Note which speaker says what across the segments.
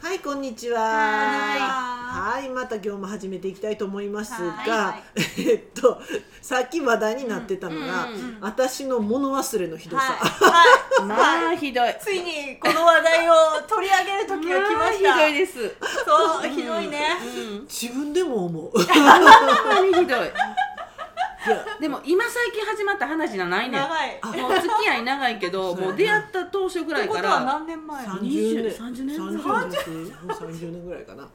Speaker 1: はいこんにちは
Speaker 2: は
Speaker 1: はいまた業務始めていきたいと思いますが、
Speaker 2: はいはい
Speaker 1: えっとさっき話題になってたのが、
Speaker 3: うんうん
Speaker 1: 私の物忘れのひどさ、
Speaker 2: はい、はい、
Speaker 3: ま
Speaker 2: は
Speaker 3: あ
Speaker 2: い
Speaker 3: ひどい。
Speaker 2: ついにこの話題を取り上げる時が来ました、
Speaker 3: まあひどいです。う
Speaker 2: そうひどいね、
Speaker 3: ん。
Speaker 1: 自分でも思う
Speaker 3: ほんまにひどい。
Speaker 1: いや
Speaker 3: でも今最近始まった話じゃないねん。も
Speaker 2: 長いっ
Speaker 1: あ
Speaker 3: う付き合い長いけど、
Speaker 1: そうやな
Speaker 3: もう出会った当初ぐら
Speaker 2: て
Speaker 3: い
Speaker 2: こ
Speaker 3: か
Speaker 2: とは
Speaker 3: ら。
Speaker 2: 何年前
Speaker 1: 30
Speaker 3: 30年
Speaker 1: 30 30年ぐらいかな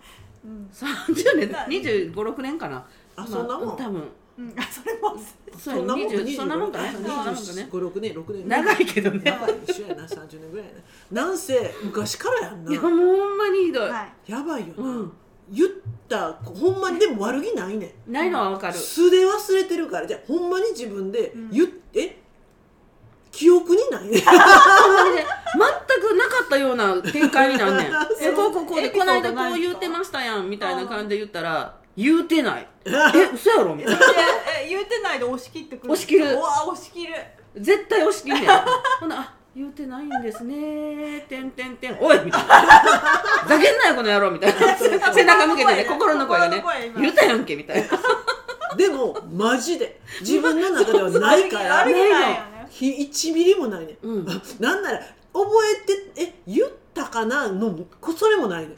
Speaker 2: うん
Speaker 3: 30年、25、6年かな。
Speaker 1: あそんなもん
Speaker 3: 多分。
Speaker 2: うん、あそれも
Speaker 3: そうやね20そんなもんかな。そんなもんかね。
Speaker 1: 56年6年
Speaker 3: 長いけどね。
Speaker 1: 長い一緒やな30年ぐらいやななんせ昔からやんない
Speaker 3: やもうほんまにひどい。
Speaker 2: はい
Speaker 1: やばいよな、
Speaker 3: うん
Speaker 1: 言ったほんまにでも悪気ないねん
Speaker 3: ないのはわかる。
Speaker 1: 素で忘れてるからじゃあほんまに自分で
Speaker 2: うん
Speaker 1: 言っ、え記憶にないね
Speaker 3: ほんまにね全くなかったような展開になんねん
Speaker 1: そう
Speaker 3: えこうこうこうで
Speaker 2: エピソ
Speaker 3: こ
Speaker 2: ード
Speaker 3: の
Speaker 2: ないんですか
Speaker 3: 間こう言うてましたやんみたいな感じで言ったら言うてない え嘘やろみたいな
Speaker 2: ええ言うてないで押し切ってくる
Speaker 3: 押し切る
Speaker 2: うわ押し切る
Speaker 3: 絶対押し切んねん ほなあ言うてないんですねてんてんてんおいみたいな ざけんなよこの野郎みた いな背中向けてね心の声がね
Speaker 2: 心の声今
Speaker 3: 言うたやんけみ たいな
Speaker 1: でもマジで自分の中ではないか
Speaker 2: あ
Speaker 1: ら
Speaker 2: る
Speaker 3: そう
Speaker 2: わけないよね
Speaker 1: ひ1ミリもないね、
Speaker 3: うん
Speaker 1: なんなら覚えてえ言ったかなのこそれもないね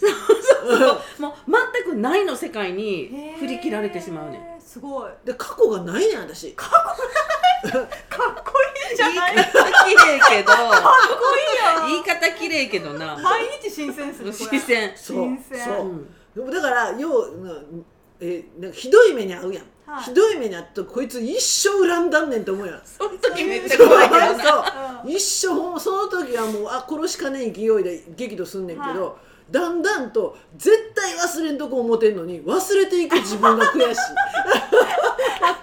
Speaker 3: もう全くないの世界に
Speaker 2: へー
Speaker 3: 振り切られてしまうねん
Speaker 2: すごい
Speaker 1: で過去がないねん私
Speaker 2: かっこいいじゃない
Speaker 3: 言い
Speaker 2: かっ
Speaker 3: 方綺麗けど
Speaker 2: こいいやん
Speaker 3: 言い方綺麗けどな
Speaker 2: 毎日新鮮するこれ
Speaker 3: 視線
Speaker 1: そう
Speaker 2: 新鮮
Speaker 1: そううんでもだからようなえなんかひどい目に遭うやん、
Speaker 2: はい
Speaker 1: ひどい目に遭ったらこいつ一生恨んだんねんと思うやん
Speaker 3: その時めっちゃ怖いけどな。
Speaker 1: そう
Speaker 2: うん
Speaker 1: 一生ほんまその時はもうあ殺しかねえ勢いで激怒すんねんけど、だんだんと絶対忘れんとこ思ってんのに忘れていく自分が悔しい
Speaker 2: なかっ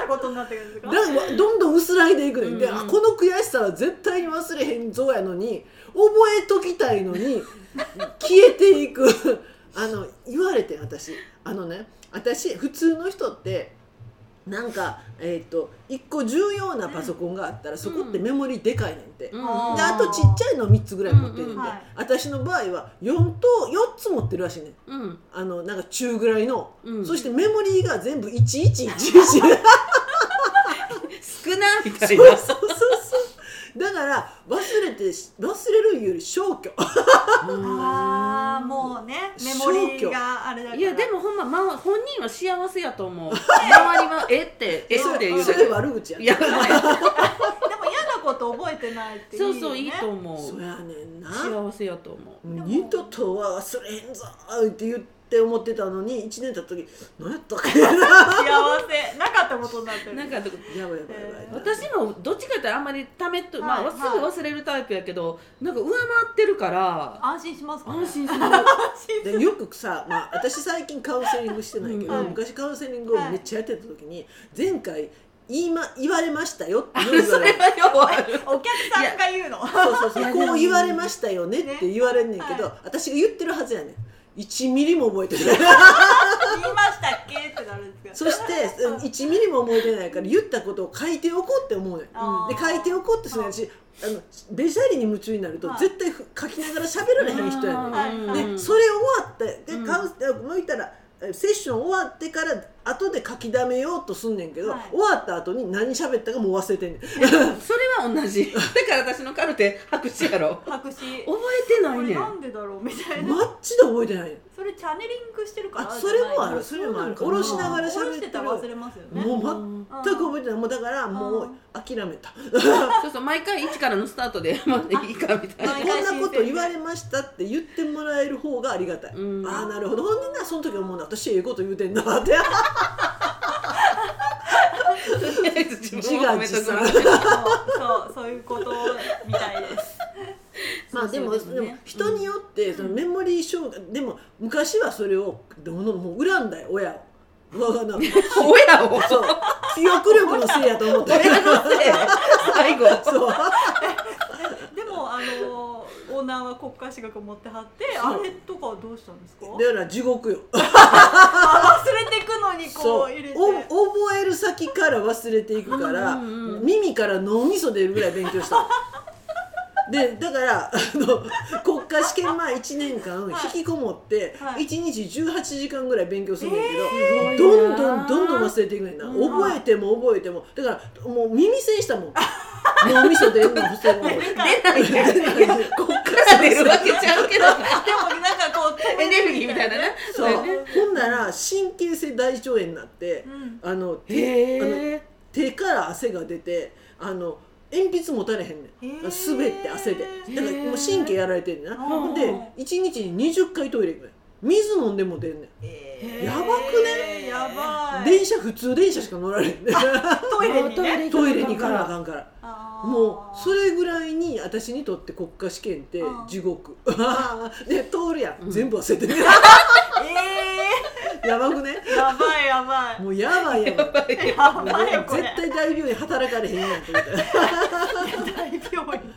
Speaker 2: たことになってくるんですか
Speaker 1: だんわどんどん薄らいでいくねん、で
Speaker 3: うんうん
Speaker 1: あこの悔しさは絶対に忘れへんぞやのに覚えときたいのに消えていく あの言われてん私あのね私普通の人ってなんかえっ、と一個重要なパソコンがあったら、そこってメモリでかいねんて、
Speaker 3: うん
Speaker 2: あ
Speaker 1: であとちっちゃいの3つぐらい持ってるんで、
Speaker 3: うんうん
Speaker 2: はい
Speaker 1: 私の場合は4と4つ持ってるらしいね
Speaker 3: うん
Speaker 1: あのなんか中ぐらいの、
Speaker 3: うん
Speaker 1: そしてメモリーが全部1111
Speaker 3: 少なみたいな
Speaker 1: そうそうそうそうだから忘れてし忘れるより消去
Speaker 2: あーもうねメモリーがあれだから
Speaker 3: いやでもほんま、まあ、本人は幸せやと思う周 りはえってえ
Speaker 1: そ
Speaker 3: って
Speaker 1: れ
Speaker 3: 言う
Speaker 1: そ
Speaker 3: だ
Speaker 1: れ
Speaker 3: け
Speaker 1: 悪口や
Speaker 3: い
Speaker 1: ね
Speaker 3: や
Speaker 2: でも嫌なこと覚えてないっていい
Speaker 3: そ
Speaker 2: よ、
Speaker 3: う
Speaker 2: ね、
Speaker 3: そういいと思
Speaker 1: そうやねんな
Speaker 3: 幸せやと思
Speaker 1: もう二度とは忘れへんぞーって言って思ってたのに1年経った時何やったっ けやばい
Speaker 2: 幸せなかったことになって
Speaker 3: う
Speaker 2: る
Speaker 3: なんか
Speaker 1: やばいやばい
Speaker 3: 私もどっちかってあんまりためと、
Speaker 2: は
Speaker 3: ま
Speaker 2: い
Speaker 3: あすぐ忘れるタイプやけどなんか上回ってるから
Speaker 2: 安心しますか、ね、
Speaker 3: 安心する
Speaker 1: でよくさ、まあ、私最近カウンセリングしてないけど、
Speaker 3: うんはい
Speaker 1: 昔カウンセリングをめっちゃやってた時に前回言い、ま、言われましたよって
Speaker 3: あそ
Speaker 1: 言うから
Speaker 3: れはようある
Speaker 2: お客さんが言うの
Speaker 1: そうそうそう
Speaker 3: いや
Speaker 1: こう言われましたよねって言われんねんけ
Speaker 2: ね
Speaker 1: ど、
Speaker 2: は
Speaker 1: 私が言ってるはずやねん1ミリも覚えてない
Speaker 2: 言いましたっけってなるんです
Speaker 1: そしてうん1ミリも覚えてないから言ったことを書いておこうって思うねん
Speaker 2: けど
Speaker 1: で書いておこうってするやしあのベジタリーに夢中になると
Speaker 2: はい
Speaker 1: 絶対ふ書きながら喋られへん人やねん
Speaker 2: はい
Speaker 3: うん
Speaker 1: でそれ終わってでカウンセもう言ったらえセッション終わってから後で書き溜めようとすんねんけど、
Speaker 2: はい
Speaker 1: 終わった後に何喋ったかもう忘れてんねん
Speaker 3: それは同じだから私のカルテ白紙やろ
Speaker 2: 白紙
Speaker 3: 覚えてない
Speaker 2: こ
Speaker 3: ね
Speaker 2: れ
Speaker 3: ん
Speaker 2: なんでだろうみたいな
Speaker 1: マッチで覚えてないねん
Speaker 2: それチャネリングしてるから
Speaker 1: あそれもある
Speaker 2: じ
Speaker 1: それもある
Speaker 3: そ
Speaker 1: 下
Speaker 3: うな
Speaker 1: ろ
Speaker 3: の
Speaker 1: し
Speaker 3: か
Speaker 1: な
Speaker 2: ゃ
Speaker 1: が
Speaker 2: ない
Speaker 1: ら
Speaker 2: の下ろ
Speaker 1: 喋っ
Speaker 2: してて
Speaker 1: る
Speaker 2: たら忘れますよね
Speaker 1: もう
Speaker 3: う
Speaker 1: 全く
Speaker 3: ん
Speaker 1: 覚えてないもうだからもう諦めた
Speaker 3: そうそう毎回一からのスタートでまあいいかみたいな
Speaker 1: こ
Speaker 2: 毎
Speaker 1: ん
Speaker 2: 回
Speaker 1: なこと言われましたって言ってもらえる方がありがたい、
Speaker 3: うん
Speaker 1: ああなるほどほんでなその時思うな私ええこと言うてんな って
Speaker 3: とりあえず自分を褒めとく
Speaker 1: 自画
Speaker 2: そう
Speaker 3: の
Speaker 2: そうそういうことみたいです
Speaker 1: まあでも
Speaker 3: そうそうで
Speaker 1: で
Speaker 3: もね
Speaker 1: も人によってそのメモリー障害でも昔はそれをどのもう恨んだよ親を。我が名
Speaker 3: 親を
Speaker 1: そう記憶力のせいやと思って
Speaker 3: 親のせい最後
Speaker 1: そう
Speaker 2: でもあのオーナーは国家資格持ってはって
Speaker 1: そう
Speaker 2: あれとかはどうしたんですか
Speaker 1: だから地獄よ
Speaker 2: あ忘れてくのにこ
Speaker 1: そう
Speaker 2: う入れて
Speaker 1: お覚える先から忘れていくから
Speaker 3: うんうんう
Speaker 1: 耳から脳みそ出るぐらい勉強したでだからあの国家試験前1年間
Speaker 2: はい
Speaker 1: 引きこもって
Speaker 2: はい
Speaker 1: 1日18時間ぐらい勉強するんだけ
Speaker 3: えー
Speaker 1: ど、
Speaker 3: すご
Speaker 1: ど
Speaker 3: い
Speaker 1: ん
Speaker 3: な
Speaker 1: どんどんどん忘れていくねんな、
Speaker 3: うん
Speaker 1: 覚えても覚えてもだからもう耳栓したもん脳みそ出んの防 ぐの
Speaker 2: なんか
Speaker 3: 出ないやん
Speaker 1: 出ないで
Speaker 3: こっから出るわけちゃうけ
Speaker 2: でも
Speaker 3: ど
Speaker 2: なんかこう
Speaker 3: エネルギーみたいなね
Speaker 1: そう
Speaker 3: ね
Speaker 1: ほんなら神経性大腸炎になって
Speaker 2: うん
Speaker 1: あの手あの
Speaker 3: へえ
Speaker 1: 手から汗が出てあの鉛筆持たれへんねん
Speaker 2: へー
Speaker 1: 滑って汗でだからもう神経やられてんねんな
Speaker 2: ほ
Speaker 1: ほんで1日に20回トイレ行くねん水飲んでも出んねん
Speaker 2: えー
Speaker 1: やばく
Speaker 3: ね
Speaker 2: やばい
Speaker 1: 電車普通電車しか乗られへんねん
Speaker 2: トイレにね
Speaker 1: トイレに行かなあかんから
Speaker 2: あー
Speaker 1: もうそれぐらいに私にとって国家試験って地獄 で通るやん、
Speaker 3: うん
Speaker 1: 全部忘れ てる
Speaker 2: え
Speaker 1: やばくね
Speaker 2: ー、やばいやばい
Speaker 1: もうやばいやばい
Speaker 2: や
Speaker 1: もう
Speaker 2: ばいよこれ
Speaker 1: 絶対大病院働かれへんやんって言ったら
Speaker 2: 大病院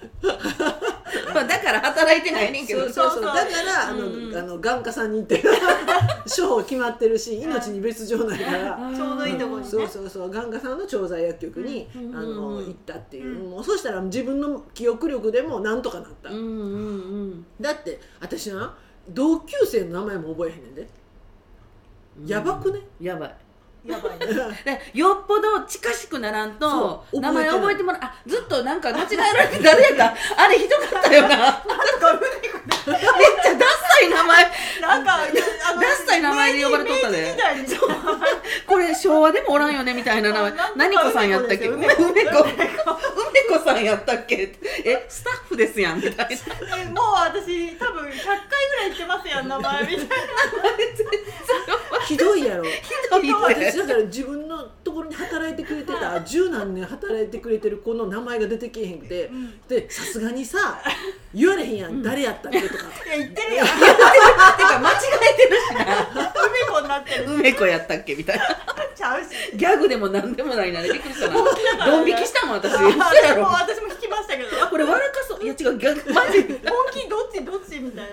Speaker 3: まあだから働いてないねんけ
Speaker 1: そ
Speaker 3: ど
Speaker 1: うそうそう
Speaker 2: そうそう
Speaker 1: だからあの、
Speaker 3: うんうん
Speaker 1: あの眼科さんに行って 処方決まってるし命に別状ないから。
Speaker 2: ちょうどいいとこにね
Speaker 1: そうそうそう眼科さんの調剤薬局に、
Speaker 3: うんうん
Speaker 1: あ
Speaker 3: うん
Speaker 1: の
Speaker 3: うん
Speaker 1: 行ったっていう、
Speaker 2: うん
Speaker 1: もうそしたら自分の記憶力でもなんとかなった、
Speaker 3: うんうん
Speaker 1: だって私な同級生の名前も覚えへんねんで、
Speaker 3: うん
Speaker 1: やばくね
Speaker 3: やばい
Speaker 2: やばいね
Speaker 3: だからよっぽど近しくならんと
Speaker 1: そう
Speaker 3: 名
Speaker 1: 覚えてない
Speaker 3: 前覚えてもらうあずっとなんか間違えられて誰やったあれひどかったよななんかめっちゃダッサい名前
Speaker 2: なんかあ
Speaker 3: ダッサい名前で呼ばれとったで
Speaker 2: 明治時代にそう
Speaker 3: これ昭和でもおらんよねみたいな名前
Speaker 2: あなん
Speaker 3: 何
Speaker 2: とか
Speaker 3: 子さんやったっけ梅
Speaker 2: 梅
Speaker 3: 子
Speaker 2: 子
Speaker 3: 梅子さんやったっけえスタッフですやんみたいな
Speaker 2: えもう私多分100回ぐらい言ってますやん名前みたいな
Speaker 1: ひどいやろ
Speaker 3: ひどい
Speaker 1: 私だから自分のところに働いてくれて た十何年働いてくれてる子の名前が出てけえへんくて、
Speaker 2: ん
Speaker 1: でさすがにさ言われへんやん、
Speaker 3: うん
Speaker 1: 誰やったっけとか
Speaker 2: いや言って るやん
Speaker 3: 言ってるってか間違えてるし
Speaker 2: 梅子になってる
Speaker 3: な梅子やったっけみたいな
Speaker 2: ちゃうし
Speaker 3: ギャグでも何でもないなびっくり したなドン引きしたもん私
Speaker 2: あー
Speaker 3: 嘘や
Speaker 2: でも
Speaker 3: ろ
Speaker 2: 私も聞きましたけど
Speaker 3: これ笑かそういや違うギャグマジ
Speaker 2: 本気どっちどっちみたいなね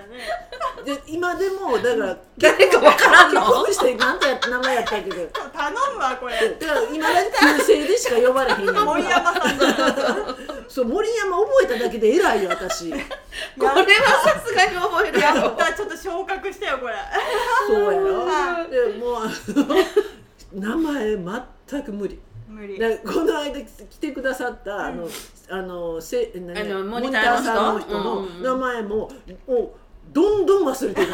Speaker 1: で今でもだから
Speaker 3: 誰かわからん
Speaker 1: 結
Speaker 3: の
Speaker 1: 婚してなんて名前やったっけどだ
Speaker 2: 頼むわこれ
Speaker 1: から今だに旧姓でしか呼ばれへんやん
Speaker 2: 森山さんじゃない
Speaker 1: そう森山覚えただけで偉いよ私
Speaker 3: これはさすがに覚えるや
Speaker 2: や
Speaker 3: ろ
Speaker 2: ったちょっと昇格したよこれ
Speaker 1: そうやろ
Speaker 2: は
Speaker 1: でもうあの名前全く無理
Speaker 2: 無理
Speaker 1: だからこの間来てくださったあの、
Speaker 2: うん
Speaker 1: あのせ何
Speaker 3: あの
Speaker 1: モ
Speaker 3: モ
Speaker 1: ニ
Speaker 3: ニ
Speaker 1: ター
Speaker 3: ターの人
Speaker 1: さんの人
Speaker 3: う
Speaker 1: の
Speaker 3: んうん
Speaker 1: 名前ももうどんどん忘れてる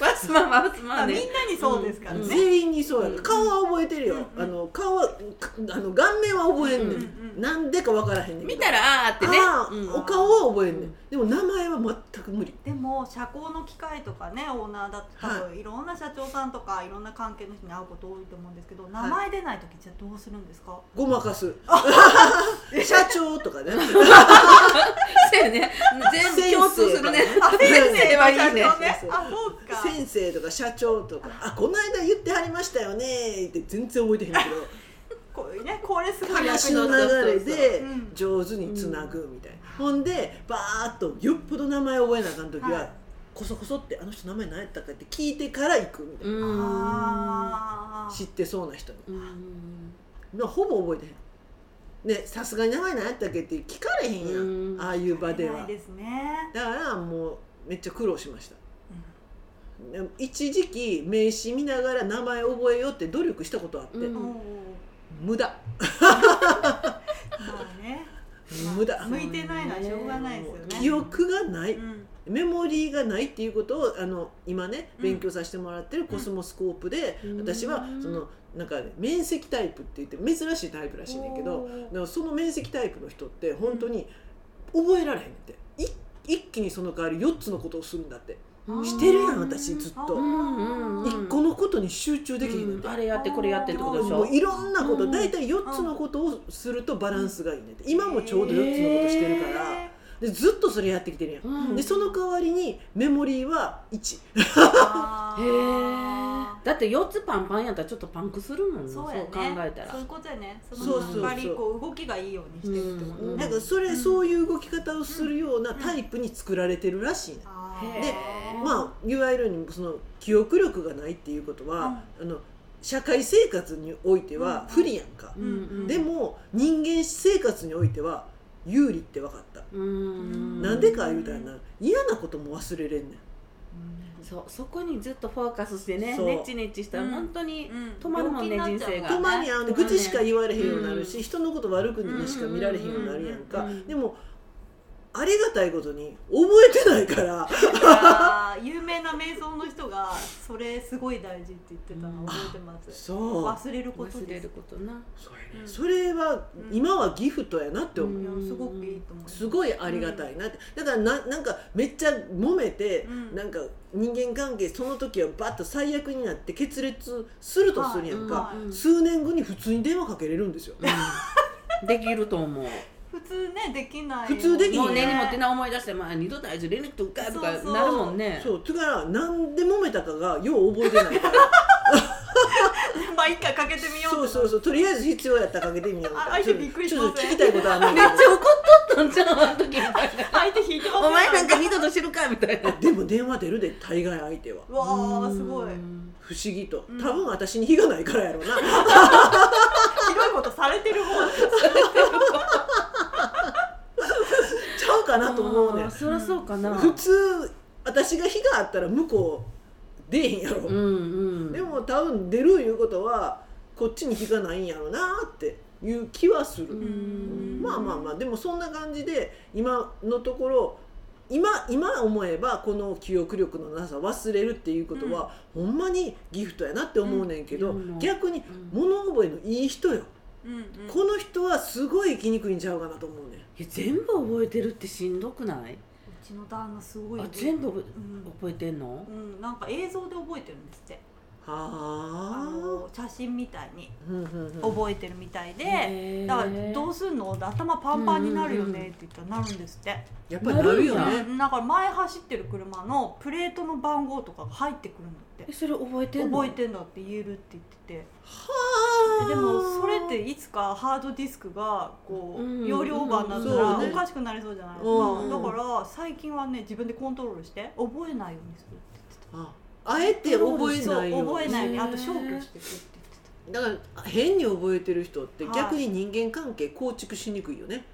Speaker 3: わすまんわす
Speaker 2: ま
Speaker 3: ま
Speaker 2: あ
Speaker 3: ん
Speaker 2: みん
Speaker 3: ね
Speaker 2: なにそうですから
Speaker 3: うん
Speaker 2: ね
Speaker 1: 全員にそうやる顔は覚えてるよ、
Speaker 2: うん
Speaker 1: あの顔はかあの顔面は覚えんねん、
Speaker 3: うん
Speaker 2: うん
Speaker 1: なんでかわからへんねんけど
Speaker 3: 見たらあーってね
Speaker 1: あー
Speaker 3: うん
Speaker 1: お顔は覚えんねん、
Speaker 3: うん
Speaker 1: でも名前は全く無理
Speaker 2: でも社交の機会とかねオーナーだと多分いろんな社長さんとかいろんな関係の人に会うこと多いと思うんですけど名前出ない時じゃあどうするんです か
Speaker 1: ごまかす 社長とかね
Speaker 3: そうやね全
Speaker 1: 先生
Speaker 3: 部共通するね
Speaker 1: あ先
Speaker 3: 生はいいね
Speaker 2: 社長あそうか
Speaker 1: 先生とか社長とか「あこの間言ってはりましたよね」って全然覚えてへんけど
Speaker 2: こういうねこれすごい
Speaker 1: 話
Speaker 2: 役
Speaker 1: の
Speaker 2: に立
Speaker 1: 流れで
Speaker 2: うん
Speaker 1: 上手につなぐみたいな、ほんでバーッとよっぽど名前覚えなあかん時は、
Speaker 2: はい
Speaker 1: こそこそって「あの人名前何やったか?」って聞いてから行くみたいな、
Speaker 2: つ
Speaker 3: うん
Speaker 2: あー
Speaker 1: 知ってそうな人に、
Speaker 3: うん
Speaker 1: まあ、ほぼ覚えてへんねさすがに名前何やったっけって聞かれへんやん、
Speaker 3: うん
Speaker 1: ああいう場で
Speaker 2: ない
Speaker 1: は
Speaker 2: ですね
Speaker 1: だからもうめっちゃ苦労しましたでも一時期名刺見ながら名前覚えようって努力したことあって、
Speaker 3: うん
Speaker 2: うんおー
Speaker 1: 無駄
Speaker 2: まあね
Speaker 1: 無駄
Speaker 2: 向いてないのはしょうがないですよね
Speaker 1: 記憶がない、
Speaker 2: うん
Speaker 1: メモリーがないっていうことをあの今ね
Speaker 2: うん
Speaker 1: 勉強させてもらってるコスモスコープで、
Speaker 3: うん
Speaker 1: 私はそのなんか、ね、面積タイプって言って珍しいタイプらしいねんだけど
Speaker 2: おー
Speaker 1: でもその面積タイプの人って本当に覚えられへんってい一気にその代わり4つのことをするんだって
Speaker 3: うん
Speaker 1: してるやん私ずっと
Speaker 3: うんうんうん
Speaker 1: 1個のことに集中できへんねんて
Speaker 3: あれやってこれやってってことでし
Speaker 1: も
Speaker 3: ょ
Speaker 1: ういろんなこと
Speaker 3: うん
Speaker 1: 大体4つのことをするとバランスがいいねって今もちょうど4つのことしてるから
Speaker 2: へ
Speaker 1: でずっとそれやってきてるやん
Speaker 3: うん
Speaker 1: でその代わりにメモリーは1
Speaker 2: ーあ
Speaker 3: へ
Speaker 2: ー
Speaker 3: えだって4つパンパンやったらちょっとパンクするもんな
Speaker 2: そうやね
Speaker 3: 考えたら
Speaker 2: そういうことやねそ
Speaker 1: そう
Speaker 2: の
Speaker 1: そうそう
Speaker 2: やっぱりこう動きがいいようにしてるってこと
Speaker 3: うん
Speaker 1: な
Speaker 2: ね
Speaker 1: んかそれ、
Speaker 2: うん
Speaker 1: そういう動き方をするようなタイプに作られてるらしいね、
Speaker 2: あー
Speaker 3: で
Speaker 1: まあいわゆるにその記憶力がないっていうことは、あの社会生活においては不利やんか、
Speaker 3: うんうん
Speaker 1: でも人間生活においては有利って分かった、
Speaker 3: うん
Speaker 1: なんでか言うたらな嫌なことも忘れれんねん
Speaker 3: そうそこにずっとフォーカスしてね
Speaker 1: そう
Speaker 3: ネチネチしたら本当に、止まるもんね人生が
Speaker 1: たまにあの愚痴しか言われへんようになるし、
Speaker 3: う
Speaker 1: 人のこと悪くにしか見られへんようになるやんか、
Speaker 3: うんうんうん
Speaker 1: でもありがたいことに覚えてないから
Speaker 2: あー有名な瞑想の人がそれすごい大事って言ってたの覚えてます
Speaker 1: そう
Speaker 2: 忘れること
Speaker 3: 忘れ
Speaker 2: で
Speaker 3: る
Speaker 2: す
Speaker 3: ことな
Speaker 1: そうや
Speaker 2: う
Speaker 1: ね
Speaker 2: ん
Speaker 1: それは
Speaker 2: うん
Speaker 1: 今はギフトやなって思う、
Speaker 3: うん
Speaker 2: いやすごくいいと思います
Speaker 1: すごいありがたいなってだからななんかめっちゃ揉めて、
Speaker 2: うん
Speaker 1: なんか人間関係その時はバッと最悪になって決裂するとするやんか、
Speaker 2: はい
Speaker 3: うん
Speaker 1: 数年後に普通に電話かけれるんですよ、
Speaker 3: うんできると思う
Speaker 2: 普通ねできない
Speaker 1: 普通できひん
Speaker 3: もう根に持って
Speaker 2: ない
Speaker 3: な思い出して、まあ、二度とあいつ連絡とかとか
Speaker 2: そうそう
Speaker 3: なるもんね
Speaker 1: そうだからなんで揉めたかがよう覚えてないから
Speaker 2: まあ一回かけてみよう
Speaker 1: そうそう
Speaker 2: う
Speaker 1: そうとりあえず必要やったらかけてみよう
Speaker 2: あ相手びっくりし
Speaker 1: ち
Speaker 2: ま
Speaker 1: ょっ
Speaker 2: せ
Speaker 1: と聞き
Speaker 2: ん
Speaker 1: たいことはない
Speaker 3: め っちゃ怒っとったんじゃんあの時みたい
Speaker 2: 相手引いてま
Speaker 3: な
Speaker 2: す
Speaker 3: お前なんか二度と知るかみたいな
Speaker 1: でも電話出るで大概相手は
Speaker 2: うわあすごい
Speaker 3: うん
Speaker 1: 不思議と
Speaker 2: うん
Speaker 1: 多分私に非がないからやろうな
Speaker 2: ひどいことされてる方です
Speaker 1: ちゃうかなと思うね
Speaker 3: あ
Speaker 1: ん
Speaker 3: ーそりゃそうかな
Speaker 1: 普通私が非があったら向こう出えへんやろ、
Speaker 3: うんうん
Speaker 1: でも多分出るいうことはこっちに非がないんやろなっていう気はする、
Speaker 3: うん
Speaker 1: まあまあまあでもそんな感じで今のところ今今思えばこの記憶力のなさ忘れるっていうことは、ほんまにギフトやなって思うねんけど、
Speaker 3: うんいやもう
Speaker 1: 逆に
Speaker 3: うん
Speaker 1: 物覚えのいい人よ、
Speaker 2: うんうん
Speaker 1: この人はすごい生きにくいんちゃうかなと思うねん
Speaker 3: いや全部覚えてるってしんどくないう
Speaker 2: ちの旦那すごい
Speaker 3: あ全部覚え
Speaker 2: うん
Speaker 3: 覚えてんの
Speaker 2: うんなんか映像で覚えてるんですってあ
Speaker 1: は
Speaker 2: の写真みたいに
Speaker 1: あ
Speaker 2: 覚えてるみたいで
Speaker 3: へー
Speaker 2: だからどうすんの頭パンパンになるよねって言ったらなるんですって
Speaker 1: やっぱりなるよ
Speaker 3: なる
Speaker 1: ね
Speaker 2: うんだから前走ってる車のプレートの番号とかが入ってくるんだって
Speaker 3: えそれ覚えてんの
Speaker 2: 覚えてんだって言えるって言ってて
Speaker 1: はあ
Speaker 2: でもそれっていつかハードディスクがこ
Speaker 3: うん
Speaker 2: う容量オーバーにな
Speaker 1: そう
Speaker 2: った
Speaker 1: ね
Speaker 2: らおかしくなりそうじゃないです
Speaker 1: うん
Speaker 2: かだから最近はね自分でコントロールして覚えないようにするって
Speaker 1: ああえて
Speaker 2: 言ってた
Speaker 1: 覚えないよ
Speaker 2: そう覚えないように
Speaker 3: へー
Speaker 2: あと消去してくって言ってた
Speaker 1: だから変に覚えてる人って
Speaker 2: はい
Speaker 1: 逆に人間関係構築しにくいよね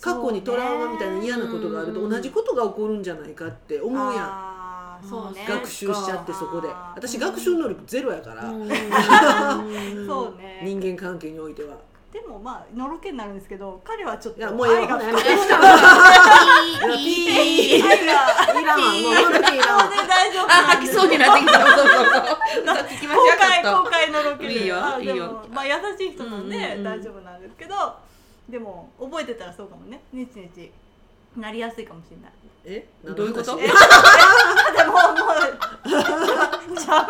Speaker 1: 過去にトラウマみたいな嫌なことがあると
Speaker 3: うん
Speaker 1: 同じことが起こるんじゃないかって思うやん
Speaker 2: あーそうね
Speaker 3: あー
Speaker 1: 学習しちゃってそこで
Speaker 2: あー
Speaker 1: 私学習能力ゼロやから、
Speaker 3: うん
Speaker 2: そうね
Speaker 1: 人間関係においては
Speaker 2: でもまあのろけになるんですけど彼はちょっ
Speaker 1: い
Speaker 2: と
Speaker 1: やもうや
Speaker 2: 愛
Speaker 1: ば
Speaker 2: が
Speaker 1: い
Speaker 2: 深
Speaker 1: や
Speaker 2: い
Speaker 1: めていやピー いらんわもうそれい
Speaker 2: 愛が
Speaker 1: らんわ
Speaker 2: ね大丈夫
Speaker 3: あ吐きそうになってきたそうそうそう歌聞きまし
Speaker 2: 公
Speaker 3: ょう
Speaker 2: 開
Speaker 3: ちょっ
Speaker 2: 公
Speaker 3: と
Speaker 2: 開のロケで
Speaker 3: いいよ
Speaker 2: あでも
Speaker 3: いいよ
Speaker 2: まあ優しい人なんで
Speaker 3: うんうんうん
Speaker 2: 大丈夫なんですけど、でも覚えてたらそうかもね日日なりやすいかもしれない
Speaker 1: え何
Speaker 3: どう
Speaker 1: の
Speaker 3: いうこと
Speaker 1: 話
Speaker 3: え
Speaker 2: でももう邪魔だ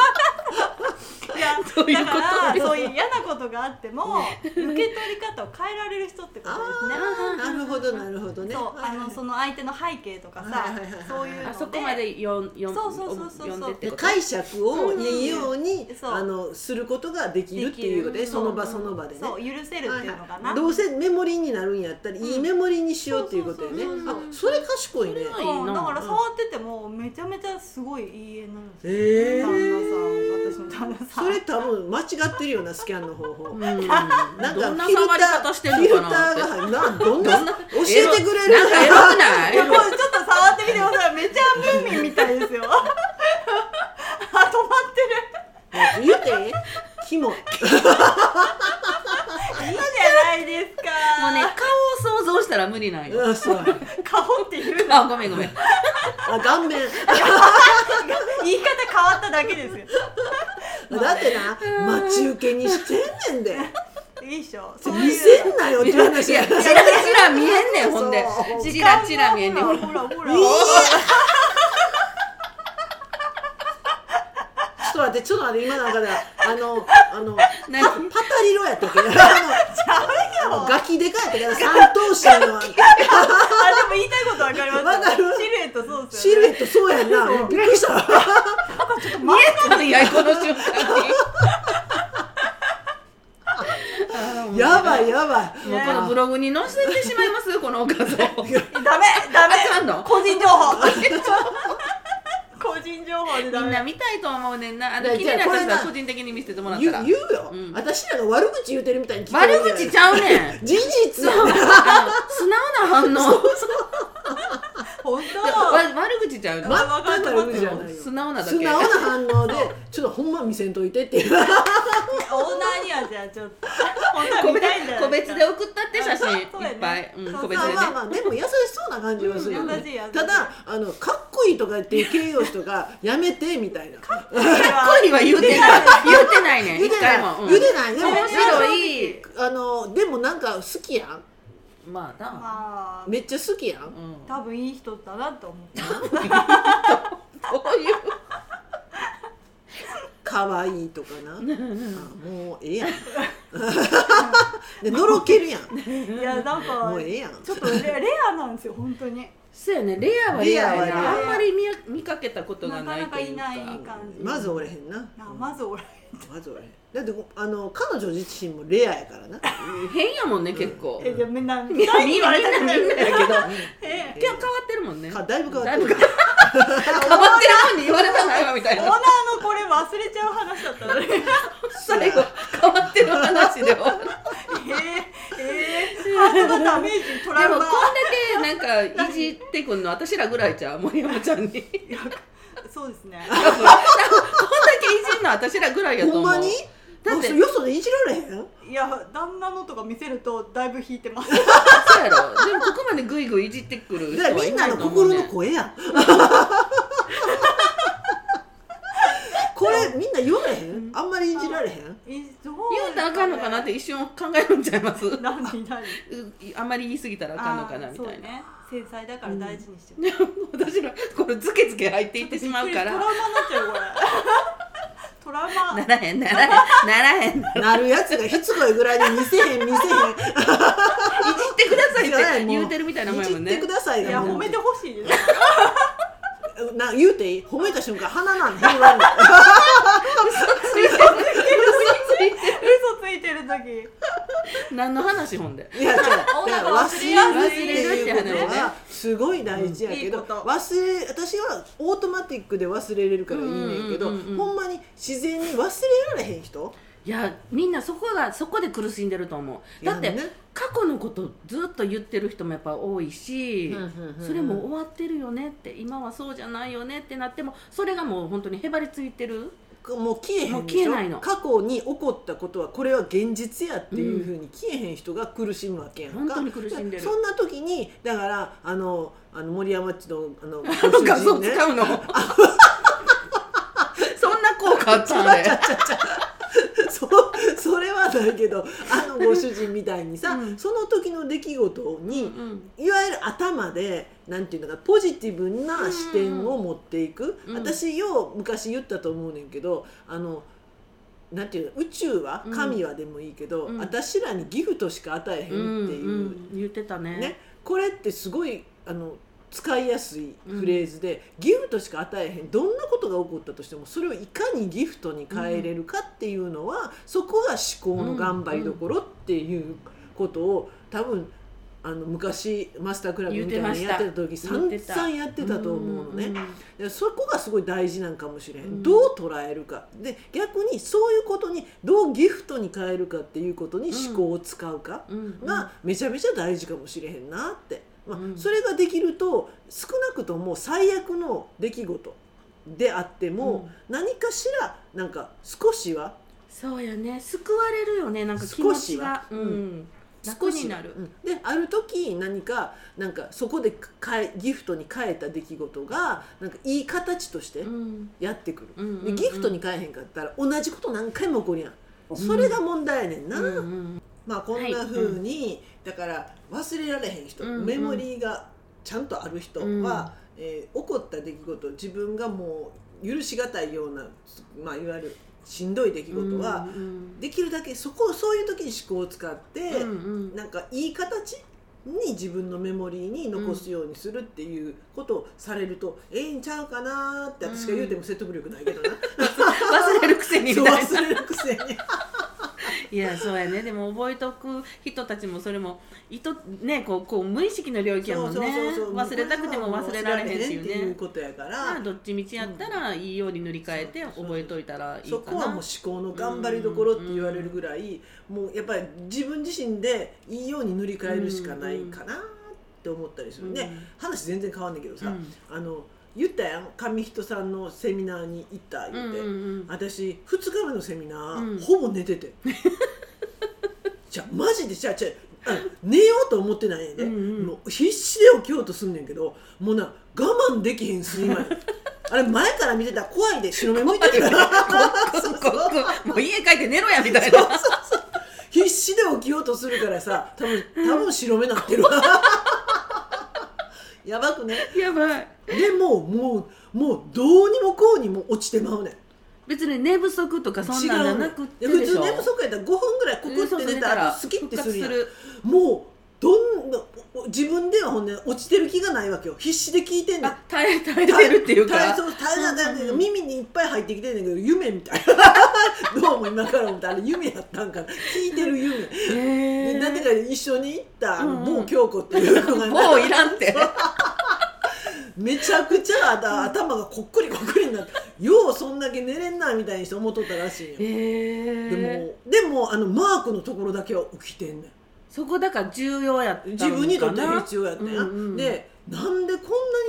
Speaker 2: いや
Speaker 3: どういうこ
Speaker 2: だ
Speaker 3: と
Speaker 2: からそういう嫌なことがあっても受け取り方を変えられる人ってことですね
Speaker 1: あーなるほどなるほどね
Speaker 2: そう
Speaker 1: はい
Speaker 2: あ
Speaker 1: はい
Speaker 2: のその相手の背景とか
Speaker 1: はい
Speaker 2: さ
Speaker 1: はいはいはい
Speaker 2: そういうので
Speaker 3: あそこまで読ん読ん
Speaker 2: そうそうそうそうそう
Speaker 3: 読んでって
Speaker 1: で
Speaker 3: こと
Speaker 1: 解釈をねように、
Speaker 2: うんそう
Speaker 1: あのすることができるっていうことで
Speaker 2: できる
Speaker 1: その場その場でね。
Speaker 2: そう許せるっていうのかな、
Speaker 1: どうせメモリーになるんやったら、いいメモリーにしようっていうことよね。
Speaker 2: そうそうそう
Speaker 1: あ、それ賢いね。
Speaker 3: それはいい
Speaker 2: うん
Speaker 3: な
Speaker 2: だから触っててもめちゃめちゃすごいいい絵なんですよ、
Speaker 1: ええ
Speaker 2: 旦那さん私の旦那さん
Speaker 1: それ多分間違ってるようなスキャンの方
Speaker 3: う
Speaker 1: 法
Speaker 3: ん。どんな触り方してん
Speaker 1: フィル
Speaker 3: の
Speaker 1: タ
Speaker 3: か
Speaker 1: ー
Speaker 3: なって
Speaker 1: がなどんな教えてくれる
Speaker 3: なんかエロくない
Speaker 2: いやこれちょっと触ってみてくださいめちゃムーミンみたいですよあ止まってる
Speaker 1: 言ってキモ
Speaker 2: いいじゃないです
Speaker 3: もうね
Speaker 2: か
Speaker 3: 顔を想像したら無理なんよ
Speaker 1: うんそうや
Speaker 2: 顔っていうの
Speaker 3: あごめんごめん
Speaker 1: あ顔面
Speaker 2: 言い方変わっただけですよ
Speaker 1: だってな待ち受けにしてんねんで
Speaker 2: いいっしょそう
Speaker 1: 見
Speaker 2: いう
Speaker 1: せんなよって話
Speaker 3: いや
Speaker 1: や
Speaker 3: チラチラ見えんねんほんで
Speaker 1: そう
Speaker 3: チラチラ見えんねん
Speaker 2: ほ
Speaker 3: ほ
Speaker 2: ら
Speaker 3: ら
Speaker 2: ほらほら
Speaker 1: いいちょっと待って、ちょっと待って、今なんかで、あの、あの、パ
Speaker 3: 何
Speaker 1: パタリロやったっけ、あの、あのガキでかいったけど、三頭身の。
Speaker 2: あでも言いたいことわかります
Speaker 1: わかる
Speaker 2: シルエットそうです
Speaker 1: シ
Speaker 2: よ
Speaker 1: ル
Speaker 2: ね
Speaker 1: エット、そうやんな、びっくりした。
Speaker 3: 見えたんやこの瞬間に
Speaker 1: やばい、やばい。
Speaker 3: もうこのブログに載せてしまいますこのお画
Speaker 2: ダ
Speaker 3: 像
Speaker 2: メダメ
Speaker 3: あかん の
Speaker 2: 個人情報個人情報で
Speaker 3: み
Speaker 2: ダ
Speaker 3: ん
Speaker 2: メ
Speaker 3: な見たいと思うねんなあ
Speaker 1: い
Speaker 3: の
Speaker 1: や
Speaker 3: 気になった
Speaker 1: じゃあこれ
Speaker 3: 人は
Speaker 1: な
Speaker 3: 個人的に見せてもらっ
Speaker 1: 言
Speaker 3: た
Speaker 1: う
Speaker 3: ら
Speaker 1: 言うよ、
Speaker 3: うん
Speaker 1: 私らが悪口言うてるみたいに聞こえ
Speaker 3: 悪
Speaker 1: る
Speaker 3: 口ちゃうねん
Speaker 1: 事実
Speaker 3: そうあの素直な反応
Speaker 2: 本
Speaker 3: わ
Speaker 2: 当
Speaker 3: 悪口ちゃうね
Speaker 1: 全く悪口じゃないよ
Speaker 3: 素直なだ
Speaker 1: 素
Speaker 3: け
Speaker 1: 直な反応でちょっとほんま見せんといてっていう
Speaker 2: オーナーにはじゃあちょっと本当
Speaker 3: 個
Speaker 2: は見
Speaker 3: 別
Speaker 2: たいんじゃない
Speaker 3: 個別で送ったって写真
Speaker 2: あそうやね
Speaker 3: いっぱい、うん、
Speaker 2: そう
Speaker 3: 個別
Speaker 1: まあ
Speaker 3: でね
Speaker 1: まあまあでも優しそうな感じはするよ
Speaker 2: うん優しい優
Speaker 1: ね
Speaker 2: しい
Speaker 1: ただあのかっこいいとかっていう形容詞とか やめてみたいな
Speaker 3: 声には言うてない言うてないねん
Speaker 1: 言う
Speaker 3: 一
Speaker 1: てな
Speaker 3: 回
Speaker 1: い
Speaker 3: も、うん
Speaker 1: 言うてないでも
Speaker 3: 面白い
Speaker 1: あのでもなんか好きやん
Speaker 3: まあな、
Speaker 2: まあ
Speaker 1: めっちゃ好きやん
Speaker 3: うん
Speaker 2: 多分いい人だなと思って
Speaker 3: こういう
Speaker 1: 可愛いとかな
Speaker 3: うん
Speaker 1: あもうええやん でのろけるやん
Speaker 2: いやなんか
Speaker 1: もうええやん
Speaker 2: ちょっとレレアなんですよ本当に
Speaker 3: そうやねレアはレアや
Speaker 1: レアは
Speaker 3: な
Speaker 2: レア
Speaker 3: あんまり見や見かけたことが
Speaker 2: な
Speaker 3: な
Speaker 2: か
Speaker 3: い
Speaker 2: な
Speaker 3: と
Speaker 2: か
Speaker 3: い
Speaker 2: いう
Speaker 3: か
Speaker 2: ない感じ
Speaker 1: まずおれへんな
Speaker 2: なまず俺
Speaker 1: まずおれへんだってあの彼女自身もレアやからな
Speaker 3: 変やもんね結構、
Speaker 2: えじゃあみんな
Speaker 3: みんなみんなみんなみんなやけど結構
Speaker 2: え
Speaker 3: 変わってるもんね
Speaker 1: かだいぶ変わ
Speaker 3: だ
Speaker 1: っ
Speaker 3: い
Speaker 1: て
Speaker 3: ぶ
Speaker 1: る
Speaker 3: 変わってるもんに言われたないわみたい
Speaker 2: オーナー
Speaker 3: な
Speaker 2: のこれ忘れちゃう話だったのにえ
Speaker 3: 最後変わってる話で終わる
Speaker 2: ー、えー、ハートのダメージト
Speaker 3: で
Speaker 2: ラ
Speaker 3: も
Speaker 2: ウマ
Speaker 3: こんだけなんかいじってくんの私らぐらいじゃう森山ちゃんに
Speaker 2: そうですね
Speaker 3: 多分こんだけいじんの私らぐ らいやと思
Speaker 1: ほ
Speaker 3: うん
Speaker 1: まに
Speaker 3: だ
Speaker 1: だ
Speaker 3: って
Speaker 1: よそでいじられへん
Speaker 2: いや旦那のとか見せるとだいぶ引いてます
Speaker 3: そうやろでもここまでグイグイいじってくる人
Speaker 1: だから
Speaker 3: は
Speaker 1: み
Speaker 3: い
Speaker 1: ん
Speaker 3: な
Speaker 1: ないの
Speaker 3: と思う、ね
Speaker 1: 心、の声やんこれみんな言われへんあんまりいじられへん
Speaker 2: えどう
Speaker 3: 言うたらあかんのかなって一瞬考えるんちゃいますう
Speaker 2: 何何
Speaker 3: あんまり言い過ぎたらあかんのかな
Speaker 2: あー
Speaker 3: みたい
Speaker 2: そう
Speaker 3: な、
Speaker 2: ね繊細だから大事にしてる、
Speaker 3: 私らこれズケズケ入っていってしまうか
Speaker 2: ト
Speaker 3: ら
Speaker 2: ラウマになっちゃうこれトラウマ
Speaker 3: ならへんならへんならへんいじ
Speaker 1: なるやつがしつこいぐらいに見せへん見せへ
Speaker 3: ってください
Speaker 1: いやも
Speaker 3: って
Speaker 1: う
Speaker 3: 言うてるみたいなんも
Speaker 1: い
Speaker 3: んや
Speaker 1: じ
Speaker 3: もん
Speaker 1: って
Speaker 3: ね
Speaker 1: ください
Speaker 2: い
Speaker 1: よ
Speaker 2: や
Speaker 1: もう
Speaker 2: 褒めてほしいです
Speaker 1: な言うていい褒めた瞬間鼻なん平和になる
Speaker 2: 嘘ついてる時
Speaker 3: 何の話ほんで
Speaker 1: いや違うだ
Speaker 2: 女
Speaker 1: から
Speaker 2: が
Speaker 1: 忘れる
Speaker 2: 忘
Speaker 1: っ
Speaker 2: れる
Speaker 1: ていう
Speaker 3: 忘れるっ
Speaker 1: こ
Speaker 3: ていう
Speaker 1: と
Speaker 3: 話ね
Speaker 1: はすごい大事や
Speaker 2: うんい
Speaker 1: け
Speaker 2: いこ
Speaker 1: ど
Speaker 2: と
Speaker 1: 忘れ私はオートマティックで忘れれるからいいねんけど
Speaker 3: うんうんうんうん
Speaker 1: ほんまに自然に忘れられへん人
Speaker 3: いやみんなそこがそこで苦しんでると思うだって、
Speaker 1: いやね
Speaker 3: 過去のことずっと言ってる人もやっぱ多いし、
Speaker 1: うんうんうん
Speaker 3: それも終わってるよねって今はそうじゃないよねってなってもそれがもう本当にへばりついてる
Speaker 1: もう消えへんでしょ
Speaker 3: もう消えないの
Speaker 1: 過去に起こったことはこれは現実やっていうふうに消えへん人が苦しむわけやんか、
Speaker 3: 本当に苦しんでる
Speaker 1: そんな時にだからあのあの森山っちのあのご
Speaker 3: あの
Speaker 1: 主
Speaker 3: 画像
Speaker 1: 人ね
Speaker 3: 使 うのそんな効果あったんで
Speaker 1: そそれはだけどあのご主人みたいにさ、
Speaker 3: うん
Speaker 1: その時の出来事に、
Speaker 3: うん
Speaker 1: いわゆる頭でなんていうのかポジティブな視点を持っていく、
Speaker 3: うん
Speaker 1: 私よう昔言ったと思うねんけどあのなんていうの宇宙は
Speaker 3: うん
Speaker 1: 神はでもいいけど、
Speaker 3: うん
Speaker 1: 私らにギフトしか与えへんって
Speaker 3: うん
Speaker 1: いう、
Speaker 3: うん言ってたね
Speaker 1: ねこれってすごいあの使いやすいフレーズで、ギフトしか与えへんどんなことが起こったとしてもそれをいかにギフトに変えれるかっていうのは、そこが思考の頑張りどころっていうことを多分あの昔マスタークラブみたいなのやってた時
Speaker 3: 言
Speaker 1: 散
Speaker 3: ってました
Speaker 1: 々やってたと思うのね。
Speaker 3: んん
Speaker 1: でそこがすごい大事なんかもしれへん、
Speaker 3: うん
Speaker 1: どう捉えるかで逆にそういうことにどうギフトに変えるかっていうことに思考を使うか、
Speaker 3: うんうん
Speaker 1: がめちゃめちゃ大事かもしれへんなって、まあ
Speaker 3: うん
Speaker 1: それができると少なくとも最悪の出来事であっても、何かしらなんか少しは
Speaker 3: そうやね救われるよねなんか気持ちが
Speaker 1: 少しは
Speaker 3: うん、
Speaker 1: 少
Speaker 3: 楽
Speaker 1: し
Speaker 3: になる
Speaker 1: うんである時何かなんかそこで変えギフトに変えた出来事がなんかいい形として
Speaker 3: うん
Speaker 1: やってくる、
Speaker 3: うんうんう
Speaker 1: で
Speaker 3: ん
Speaker 1: ギフトに変えへんかったら同じこと何回も起こるやん、それが問題やねんな、
Speaker 3: うんうん
Speaker 1: まあこんな風に、だから忘れられへん人、
Speaker 3: うんうん
Speaker 1: メモリーがちゃんとある人は、
Speaker 3: うん
Speaker 1: えー起こった出来事自分がもう許し難いような、まあ、いわゆるしんどい出来事は、
Speaker 3: うんうん
Speaker 1: できるだけそこをそういう時に思考を使って、
Speaker 3: うんうん
Speaker 1: なんかいい形に自分のメモリーに残すようにするっていうことをされると、ええんちゃうかなーって私が 言うても説得力ないけどな、
Speaker 3: 忘れるくせにみ
Speaker 1: そう
Speaker 3: たいな
Speaker 1: 忘れるくせに
Speaker 3: いやそうやねでも覚えとく人たちもそれも意図ねこうこう無意識の領域やもんね忘れたくても忘れられへんっていう
Speaker 1: 忘れられへんってい
Speaker 3: ね
Speaker 1: うことやから、
Speaker 3: まあどっちみちやったらいいように塗り替えて覚えといたらいいかな
Speaker 1: そこはもう思考の頑張りどころって言われるぐらい、もうやっぱり自分自身でいいように塗り替えるしかないかなって思ったりするね、話全然変わんねんけどさ、
Speaker 3: うん
Speaker 1: あの言ったやん上人さんのセミナーに行った
Speaker 3: う
Speaker 1: 言っ
Speaker 3: んう
Speaker 1: て、
Speaker 3: んうん
Speaker 1: 私2日目のセミナー、
Speaker 3: うん
Speaker 1: ほぼ寝て てじゃあマジでじゃあじゃああ寝ようと思ってないねんやで、
Speaker 3: うんうん
Speaker 1: もう必死で起きようとすんねんけどもうな我慢できへんすいま んあれ前から見てたら怖いで白目向いてるから
Speaker 3: こっこっこもう家帰って寝ろやみたいな
Speaker 1: 必死で起きようとするからさ多分多分白目なってるわやばくね
Speaker 3: やばい
Speaker 1: でももうもうどうにもこうにも落ちてまうねん
Speaker 3: 別に寝不足とかそんなんじゃなくって
Speaker 1: 違うねん
Speaker 3: で
Speaker 1: 普
Speaker 3: し
Speaker 1: 通
Speaker 3: ょ
Speaker 1: 寝不足やったら5分ぐらいここって寝たらスキッてするやん
Speaker 3: 復活
Speaker 1: もうどんなお自分ではほんで落ちてる気がないわけよ必死で聞いてんねん
Speaker 3: あ耐え耐えてるっていうか
Speaker 1: 大そう大変だ
Speaker 3: うんうんうん
Speaker 1: 耳にいっぱい入ってきてんねんけど夢みたい などうも今から思ったらあれ夢やったんかな聞いてる夢
Speaker 3: へ
Speaker 1: で
Speaker 3: ー
Speaker 1: なんでか一緒に行ったあの
Speaker 3: うんうん
Speaker 1: 某京子っていう子が
Speaker 3: もういらんって
Speaker 1: めちゃくちゃ頭頭がこっくりこっくりになってようそんだけ寝れんなみたいにして思っとったらしいんよで
Speaker 3: え
Speaker 1: もでもあのマークのところだけは起きてんねん
Speaker 3: そこだから重要やったのかな
Speaker 1: 自分にとっては必要やったや、
Speaker 3: うんうん
Speaker 1: でなんでこんなに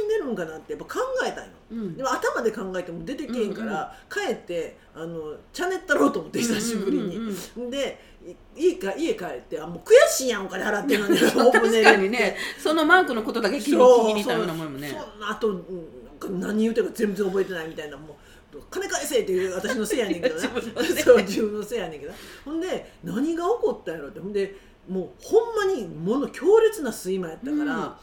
Speaker 1: 寝るんかなってやっぱ考えたんよ
Speaker 3: うん
Speaker 1: でも頭で考えても出てけえんから、帰ってあのチャネったろうと思って久しぶりに、
Speaker 3: うんうんうん
Speaker 1: でいいいか家帰ってあもう悔しいやんお金払ってるのに
Speaker 3: 確かにねそのマークのことだけ気に
Speaker 1: そう
Speaker 3: 気に入ったようなもんもね
Speaker 1: そんなあとうんなんか何言うてるか全然覚えてないみたいなもう金返せっていう私のせいやねんけどね
Speaker 3: 自分のせい
Speaker 1: そう自分のせいやねんけどほんで何が起こったんやろってほんでもうほんまにもの強烈な睡魔やったから、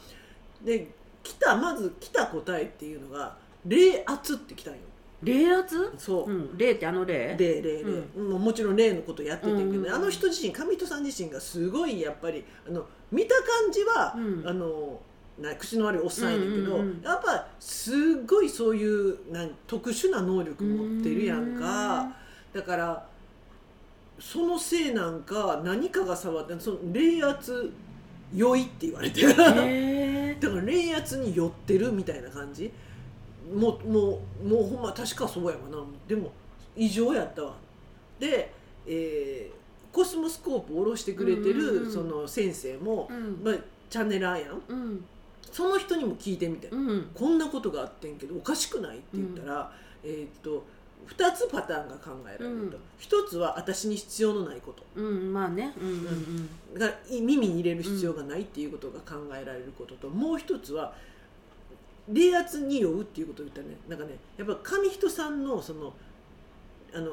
Speaker 1: で来たまず来た答えっていうのが冷圧って来たんよ
Speaker 3: 霊圧
Speaker 1: そう、
Speaker 3: うん霊ってあの霊
Speaker 1: で霊霊、うんもちろん霊のことやっててんけどね、
Speaker 3: うんうんうん
Speaker 1: あの人自身上人さん自身がすごいやっぱりあの見た感じは、
Speaker 3: うん
Speaker 1: あのな口の悪いおっさんやねんけど、
Speaker 3: うんうんうん
Speaker 1: やっぱすごいそういうなん特殊な能力持ってるやんかだからそのせいなんか何かが触ってその霊圧酔いって言われてるだ
Speaker 3: うー
Speaker 1: か
Speaker 3: んへ
Speaker 1: ら霊圧に寄ってるみたいな感じもうもうもうほんま確かそうやわなでも異常やったわで、えーコスモスコープを下ろしてくれて
Speaker 3: うんうんう
Speaker 1: る
Speaker 3: ん
Speaker 1: その先生も
Speaker 3: ーう、ん
Speaker 1: まあ、チャンネラーやん
Speaker 3: うん
Speaker 1: その人にも聞いてみて、
Speaker 3: うん
Speaker 1: こんなことがあってんけどおかしくないって言ったら、えーっと2つパターンが考えられると、
Speaker 3: うん
Speaker 1: 1つは私に必要のないこと
Speaker 3: うんまあねうんうん
Speaker 1: がい耳に入れる必要がないっていうことが考えられることと、もう1つは冷圧に酔うっていうことを言ったねなんかねやっぱ上人さんのそのあの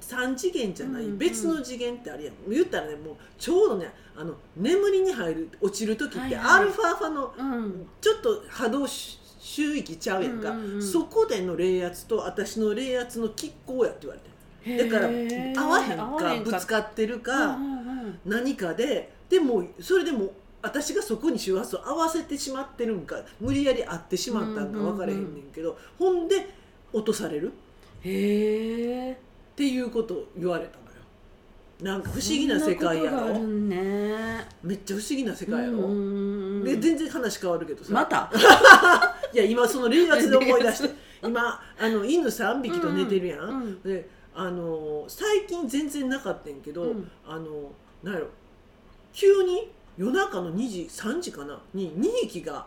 Speaker 1: 3次元じゃない
Speaker 3: うんうん
Speaker 1: 別の次元ってあるやん、言ったらねもうちょうどねあの眠りに入る落ちる時って、
Speaker 3: はいはい
Speaker 1: アルファファの
Speaker 3: うんうん
Speaker 1: ちょっと波動し周域ちゃうやんか、
Speaker 3: うんうんうん
Speaker 1: そこでの冷圧と私の冷圧の拮抗やって言われてるだから
Speaker 3: へー
Speaker 1: 合わへんかぶつ
Speaker 3: っ
Speaker 1: かってる
Speaker 3: た
Speaker 1: か何かででもそれでも私がそこに周波数を合わせてしまってるんか無理やり合ってしまったんか分からへんねんけど、ほんで落とされるっ
Speaker 3: へえ
Speaker 1: ていうことを言われたのよなんか不思議な世界や
Speaker 3: そんなことがある
Speaker 1: ろ
Speaker 3: ね
Speaker 1: めっちゃ不思議な世界やろ、
Speaker 3: うんうんうん
Speaker 1: で全然話変わるけどさ、
Speaker 3: また
Speaker 1: いや今その冷圧で思い出 して今あの犬3匹と寝てるやん、
Speaker 3: うん
Speaker 1: であの最近全然なかったんやけど、
Speaker 3: うん
Speaker 1: あのなんやろ急に夜中の2時3時かなに2匹が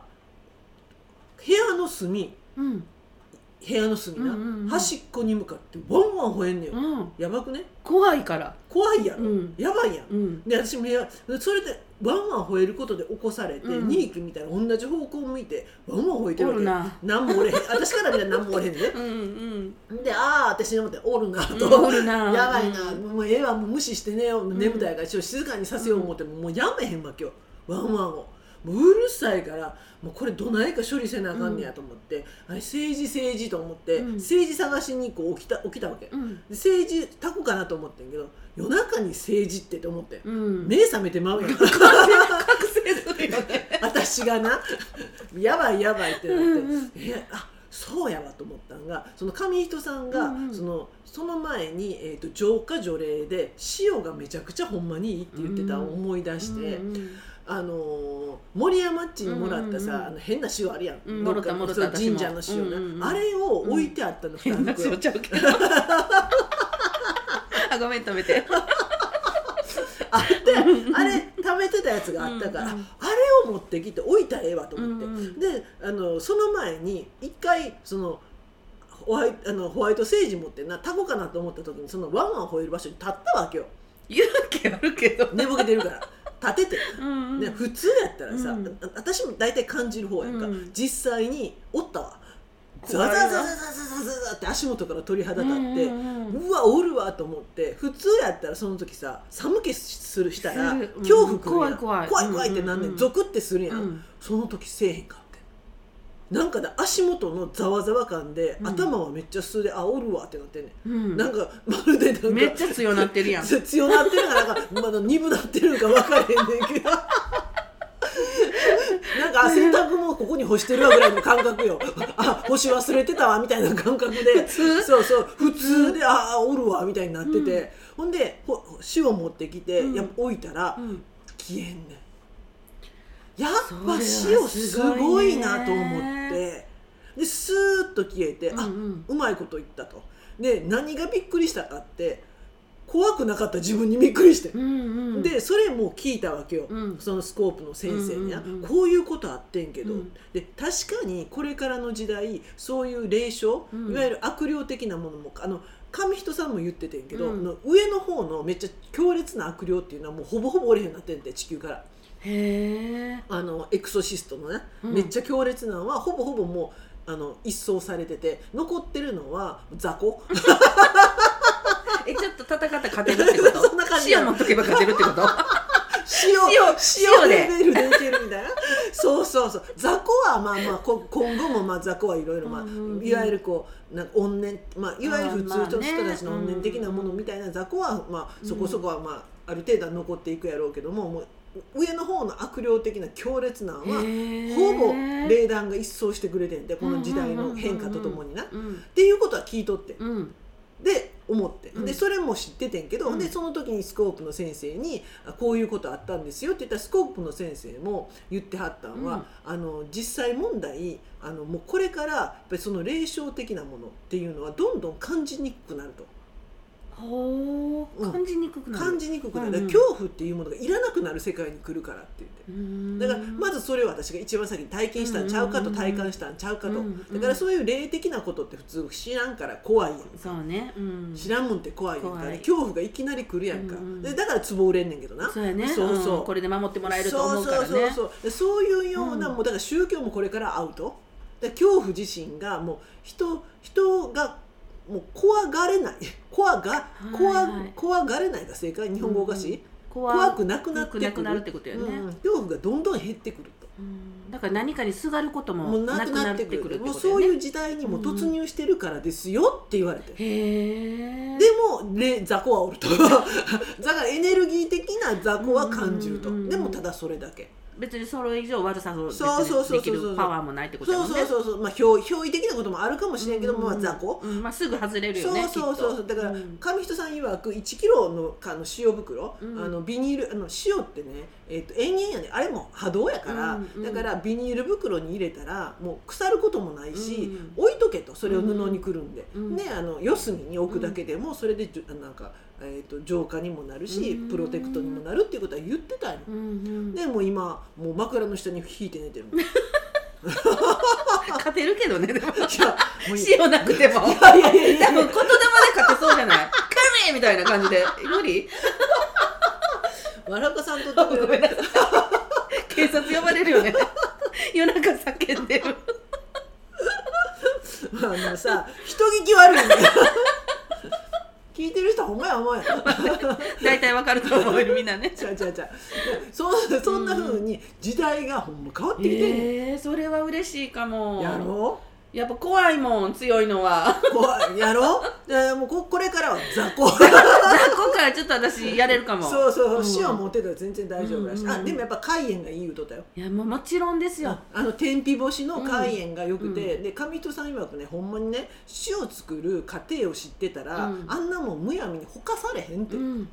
Speaker 1: 部屋の隅
Speaker 3: うん
Speaker 1: 部屋の隅な、
Speaker 3: うんうんうん
Speaker 1: 端っこに向かってワンワン吠えんねん、
Speaker 3: うん
Speaker 1: やばくね
Speaker 3: 怖いから
Speaker 1: 怖いやろ、
Speaker 3: うん
Speaker 1: やばいやん
Speaker 3: うん
Speaker 1: で私も部屋それでワンワン吠えることで起こされて、
Speaker 3: うん
Speaker 1: 2匹みたいな同じ方向向いてワンワン吠えて
Speaker 3: お
Speaker 1: るわ
Speaker 3: る
Speaker 1: け
Speaker 3: な
Speaker 1: なんもおれへん私から見たらなんもおれへんね
Speaker 3: うんうん
Speaker 1: でああ私に思っておるなと、
Speaker 3: おるな
Speaker 1: やばいな、
Speaker 3: うん
Speaker 1: もうええわもう無視してねよ
Speaker 3: ん
Speaker 1: 眠たいからちょっと静かにさせよう思っても、もうやめへんわ今日ワンワンを。もううるさいからもうこれどないか処理せなあかんねやと思って、あれ政治政治と思って、
Speaker 3: うん
Speaker 1: 政治探しにこう起きた起きたわけ、で
Speaker 3: うん
Speaker 1: 政治タコかなと思ってんけど夜中に政治ってと思って、
Speaker 3: うん
Speaker 1: 目覚めてまうやん
Speaker 3: 覚醒するよね
Speaker 1: 私がなやばいやばいってなって、
Speaker 3: うんうん
Speaker 1: えあそうやわと思ったんがその上人さんが、
Speaker 3: うんうん
Speaker 1: そのその前に、えー、と浄化除霊で塩がめちゃくちゃほんまにいいって言ってたのを思い出して、
Speaker 3: うん
Speaker 1: あのー森山っちにもらったさ、
Speaker 3: うんうんうん
Speaker 1: あの変な塩あるやん、
Speaker 3: うん
Speaker 1: どっか
Speaker 3: もろたもろた
Speaker 1: そう神社の塩な、
Speaker 3: 私もうんうんうん
Speaker 1: あれを置いてあったの、二
Speaker 3: 変な
Speaker 1: 袋
Speaker 3: 塩ちゃうけ どあごめん止めて
Speaker 1: あってあれ食べてたやつがあったから、
Speaker 3: うんうん
Speaker 1: あれを持ってきて置いたらええわと思って、
Speaker 3: うんうん
Speaker 1: であのその前に一回そのホワイあのホワイトセージ持ってなタコかなと思った時にそのワンワン吠える場所に立ったわけよ
Speaker 3: 勇気あるけど、
Speaker 1: 寝ぼけてるから 立てて。
Speaker 3: うんうん
Speaker 1: ね、普通やったらさ、
Speaker 3: うん
Speaker 1: あ私も大体感じる方やんか、
Speaker 3: うん
Speaker 1: 実際におったわザ
Speaker 3: 怖
Speaker 1: ザ
Speaker 3: い
Speaker 1: ザ
Speaker 3: な
Speaker 1: ザザザザザって足元から鳥肌立って、
Speaker 3: うんうんうん
Speaker 1: うわおるわと思って普通やったらその時さ寒気するしたら
Speaker 3: するうん
Speaker 1: 恐怖くるやん
Speaker 3: 怖い怖い
Speaker 1: 怖い怖いってなんねん
Speaker 3: うんうんうん
Speaker 1: ゾクってするやん、
Speaker 3: うん
Speaker 1: その時せえへんかってなんかだ足元のざわざわ感で、
Speaker 3: うん
Speaker 1: 頭はめっちゃ素であおるわってなってんね、
Speaker 3: うん
Speaker 1: ん、なんかまるでなんか
Speaker 3: めっちゃ強なってるやん
Speaker 1: 強なってるからなんかまだ鈍なってるんか分からへんねんけどなんかあ洗濯もここに干してるわぐらいの感覚よあ干し忘れてたわみたいな感覚で普
Speaker 3: 通
Speaker 1: そうそう普通でああおるわみたいになってて、ほんでほ塩持ってきて、
Speaker 3: うん
Speaker 1: やっぱ置いたら
Speaker 3: うん
Speaker 1: 消えんねんやっぱ塩すごいなと思っ
Speaker 3: それはすごい
Speaker 1: てでスーッと消えて、あ
Speaker 3: うん
Speaker 1: うまいこと言ったとで何がびっくりしたかって怖くなかった自分にびっくりして、
Speaker 3: うんうん
Speaker 1: でそれも聞いたわけよ、
Speaker 3: うん
Speaker 1: そのスコープの先生にな、
Speaker 3: うんうんうん
Speaker 1: こういうことあってんけど、
Speaker 3: うん
Speaker 1: で確かにこれからの時代そういう霊障、
Speaker 3: うん
Speaker 1: いわゆる悪霊的なものもあの上人さんも言っててんけど、
Speaker 3: うん
Speaker 1: あの上の方のめっちゃ強烈な悪霊っていうのはもうほぼほぼおれへんなってんて地球から
Speaker 3: へえ
Speaker 1: あのエクソシストのね、
Speaker 3: うん
Speaker 1: めっちゃ強烈なのはほぼほぼもうあの一掃されてて残ってるのは雑 魚
Speaker 3: えちょっと戦ったら勝てるってこと
Speaker 1: そんな感じ
Speaker 3: 塩持っとけば勝てるってこと
Speaker 1: 塩
Speaker 3: 塩
Speaker 1: 塩
Speaker 3: で
Speaker 1: レベルでいけるみ たいなそうそうそう雑魚はまあまあこ今後もまあ雑魚はいろいろまあ、
Speaker 3: うんうんうん
Speaker 1: いわゆるこうなんか怨念、まあ、いわゆる普通
Speaker 3: あーまあ
Speaker 1: の
Speaker 3: ね
Speaker 1: 人たちの怨念的なものみたいな雑魚はまあそこそこはまあある程度は残っていくやろうけどももう上の方の悪霊的な強烈なのはほぼ霊団が一掃してくれてんでこの時代の変化とともにな。っ
Speaker 3: うん
Speaker 1: ていうことは聞いとって
Speaker 3: うん
Speaker 1: で思って、
Speaker 3: うん
Speaker 1: でそれも知っててんけど、
Speaker 3: うん
Speaker 1: でその時にスコープの先生にあこういうことあったんですよって言ったらスコープの先生も言ってはったんは、あの実際問題あのもうこれからやっぱりその霊障的なものっていうのはどんどん感じにくくなると、
Speaker 3: ほ
Speaker 1: う
Speaker 3: うん感じにくくなる
Speaker 1: 感じにくくなる、だから
Speaker 3: うん
Speaker 1: 恐怖っていうものがいらなくなる世界に来るからって言って。だ
Speaker 3: だ
Speaker 1: からまずそれを私が一番先に体験したんちゃうかと
Speaker 3: うん
Speaker 1: 体感したんちゃうかと
Speaker 3: うん
Speaker 1: だからそういう霊的なことって普通知らんから怖いやん
Speaker 3: そうねうん
Speaker 1: 知らんもんって怖いねんから
Speaker 3: 怖い
Speaker 1: 恐怖がいきなり来るやんか、
Speaker 3: うんうん
Speaker 1: でだから壺売れんねんけどな
Speaker 3: そうやね
Speaker 1: そうそう、
Speaker 3: んこれで守ってもらえると思うからね
Speaker 1: そうそうそうそうでそういうような、
Speaker 3: うん
Speaker 1: もうだから宗教もこれからアウトで恐怖自身がもう人人がもう怖がれない 怖が怖,、
Speaker 3: はいはい
Speaker 1: 怖がれないが正解日本語おかしい、
Speaker 3: うん怖
Speaker 1: 怖くなくな
Speaker 3: な
Speaker 1: ってく
Speaker 3: く
Speaker 1: る
Speaker 3: なくなるってことやね
Speaker 1: うん恐怖がどんどん減ってくると。
Speaker 3: うんだから何かにすがること
Speaker 1: も
Speaker 3: も
Speaker 1: うな
Speaker 3: な
Speaker 1: く
Speaker 3: く
Speaker 1: な
Speaker 3: な
Speaker 1: っ
Speaker 3: ってて
Speaker 1: くる
Speaker 3: くるって
Speaker 1: もう
Speaker 3: こと
Speaker 1: そ
Speaker 3: や
Speaker 1: うい
Speaker 3: ね
Speaker 1: う時代にも突入してるからですよって言われて、
Speaker 3: へえ
Speaker 1: でもれ雑魚はおる とだからエネルギー的な雑魚は感じると、
Speaker 3: うんうんうん
Speaker 1: でもただそれだけ
Speaker 3: 別にそれ以上悪さを別
Speaker 1: そうそうそ
Speaker 3: に
Speaker 1: うそう
Speaker 3: できるパワーもないってことや
Speaker 1: そ
Speaker 3: も
Speaker 1: うん
Speaker 3: ね
Speaker 1: そうそうそうまあ憑憑依的なこともあるかもしれんけど、
Speaker 3: うん
Speaker 1: まあ、雑魚、
Speaker 3: うんまあすぐ外れるよね
Speaker 1: そうそうそうそうだから
Speaker 3: うん
Speaker 1: 上人さん曰く1キロのかの塩袋、
Speaker 3: うん
Speaker 1: あのビニールあの塩ってね、えっと延々やねあれも波動やから、
Speaker 3: うんうん
Speaker 1: だからビニール袋に入れたらもう腐ることもないし、
Speaker 3: うん
Speaker 1: 置いとけとそれを布にくるんで、
Speaker 3: うん
Speaker 1: ねあの四隅に置くだけでもそれでじゅあなんか、えっと浄化にもなるし、
Speaker 3: うん
Speaker 1: プロテクトにもなるっていうことは言ってたんよ、
Speaker 3: うんうん
Speaker 1: でもう今もう枕の下に引いて寝 てるもんい
Speaker 3: 勝てるけどねでも
Speaker 1: やも ういい
Speaker 3: 塩なくても
Speaker 1: いやいやいやいや
Speaker 3: 多 分言霊で勝てそうじゃない「カメ!」みたいな感じで無理
Speaker 1: わらかさんと
Speaker 3: ご
Speaker 1: 食べ
Speaker 3: めんなさい警察呼ばれるよね夜中叫んでる
Speaker 1: あのさ人聞き悪いんだよ聞いてる人ほんまやほんまや
Speaker 3: 大体わかると思うよみんなね
Speaker 1: ちゃうちゃうちゃうそんそんなふうに時代がほんま変わってきてんねん、
Speaker 3: えー、それは嬉しいかも
Speaker 1: やろう
Speaker 3: やっぱ怖いもん強いの は
Speaker 1: 怖いやろじゃあもうここれからは雑 魚
Speaker 3: 雑魚からちょっと私やれるかも
Speaker 1: そうそう
Speaker 3: うん
Speaker 1: 塩持ってたら全然大丈夫らしい、
Speaker 3: うんうんうん
Speaker 1: あでもやっぱ海塩がいい言うとったよ
Speaker 3: いやもうもちろんですよ
Speaker 1: ああの天日干しの海塩がよくて、で上人さん曰くねほんまにね塩作る過程を知ってたら、
Speaker 3: うん
Speaker 1: あんなもんむやみにほかされへんって、
Speaker 3: うん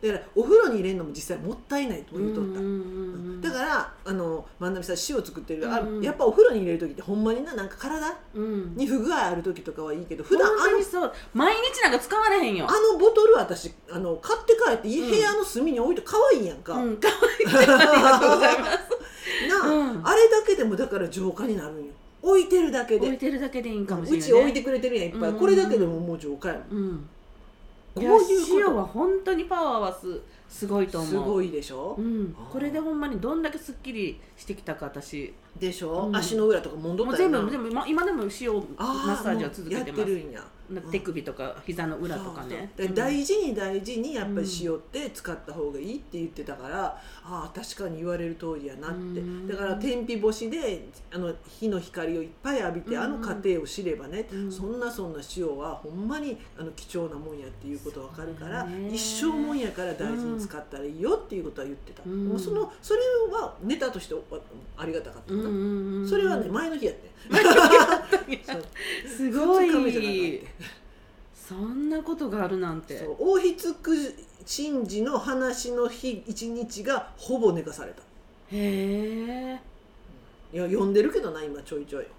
Speaker 1: だからお風呂に入れるのも実際もったいないと
Speaker 3: う
Speaker 1: 言う
Speaker 3: ん
Speaker 1: とった、
Speaker 3: うん
Speaker 1: だからあの万波さん塩作ってる、あ
Speaker 3: うんうん
Speaker 1: やっぱお風呂に入れる時ってほんまにななんか体
Speaker 3: うん
Speaker 1: に不具合ある時とかはいいけど普段あ
Speaker 3: 本当
Speaker 1: の
Speaker 3: にそう毎日なんか使われへんよ
Speaker 1: あのボトル私あの買って帰ってい
Speaker 3: うん
Speaker 1: 部屋の隅に置いて可愛いやんか、
Speaker 3: う
Speaker 1: なあ
Speaker 3: んかわいいありがとうございますうん
Speaker 1: あれだけでもだから浄化になるんよ置いてるだけ
Speaker 3: 置い
Speaker 1: で
Speaker 3: てるだけでいいんかもしれ
Speaker 1: う
Speaker 3: ない、ね、
Speaker 1: ち置いてくれてるやんいっぱい、
Speaker 3: うん
Speaker 1: これだけでももう浄化やもん
Speaker 3: うん
Speaker 1: こ
Speaker 3: こ
Speaker 1: う
Speaker 3: う
Speaker 1: いう
Speaker 3: いう
Speaker 1: こ
Speaker 3: 塩は本当にパワーはすすごいと
Speaker 1: と
Speaker 3: 思う
Speaker 1: すごいでしょ、
Speaker 3: うん
Speaker 1: あー、
Speaker 3: これでほんまにどんだけすっきりしてきたか私
Speaker 1: でしょ、
Speaker 3: うん
Speaker 1: 足の裏とかもんど
Speaker 3: も
Speaker 1: っ
Speaker 3: う
Speaker 1: たよ
Speaker 3: 全
Speaker 1: な
Speaker 3: 部全部ま今でも塩
Speaker 1: あ
Speaker 3: マッサージは続けて
Speaker 1: も
Speaker 3: ま
Speaker 1: うや
Speaker 3: す
Speaker 1: ってるんや
Speaker 3: なんか手首とか膝の裏とかね
Speaker 1: そうそう
Speaker 3: うん
Speaker 1: だから大事に大事にやっぱり塩って使った方がいいって言ってたから、ああ確かに言われる通りやなって、
Speaker 3: うん
Speaker 1: だから天日干しであの日の光をいっぱい浴びて、
Speaker 3: うん
Speaker 1: あの過程を知ればね、
Speaker 3: うん
Speaker 1: そんなそんな塩はほんまにあの貴重なもんやっていうことわかるから、
Speaker 3: そうだよね
Speaker 1: 一生もんやから大事に使ったらいいよっていうことは言ってた、
Speaker 3: うん
Speaker 1: もうそのそれはネタとしておありがたかった
Speaker 3: うん
Speaker 1: な、
Speaker 3: うんうんうん
Speaker 1: それはね前の日やってそう
Speaker 3: すご
Speaker 1: 二日目じゃなかったっ
Speaker 3: い
Speaker 1: て
Speaker 3: そんなことがあるなんて
Speaker 1: そう王筆く神事の話の日一日がほぼ寝かされた
Speaker 3: へえ
Speaker 1: いや読んでるけどな今ちょいちょい、うん、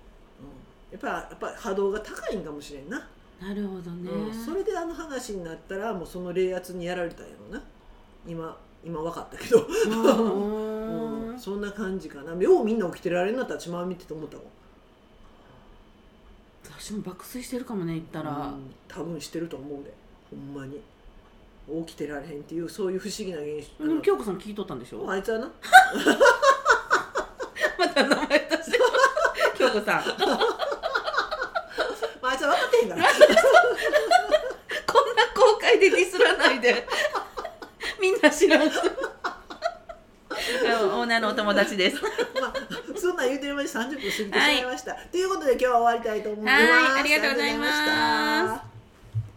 Speaker 1: やっぱやっぱ波動が高いんかもしれんな、
Speaker 3: なるほどね、
Speaker 1: うん、それであの話になったらもうその冷圧にやられたんやろな今今分かったけど、
Speaker 3: うん
Speaker 1: うん、そんな感じかなようみんな起きてられんなったらちまみってと思ったもん
Speaker 3: 私も爆睡してるかもね言ったら、
Speaker 1: うん多分してると思うでほんまに起きてられへんっていうそういう不思議な現象
Speaker 3: でも京子さん聞いとったんでしょ
Speaker 1: あいつはな
Speaker 3: また名前出して 京子さんこんな
Speaker 1: まああいつは分かってへんから
Speaker 3: 公開でディスらない でみんな知らんあ のオーナーのお友達ですは
Speaker 1: まあ、そんなん言うてる間に30分過ぎてしまいました。ということで今日は終わりたいと思います。
Speaker 3: いありがとうござい
Speaker 1: ありがとうございま
Speaker 3: ま
Speaker 1: し
Speaker 3: す
Speaker 1: た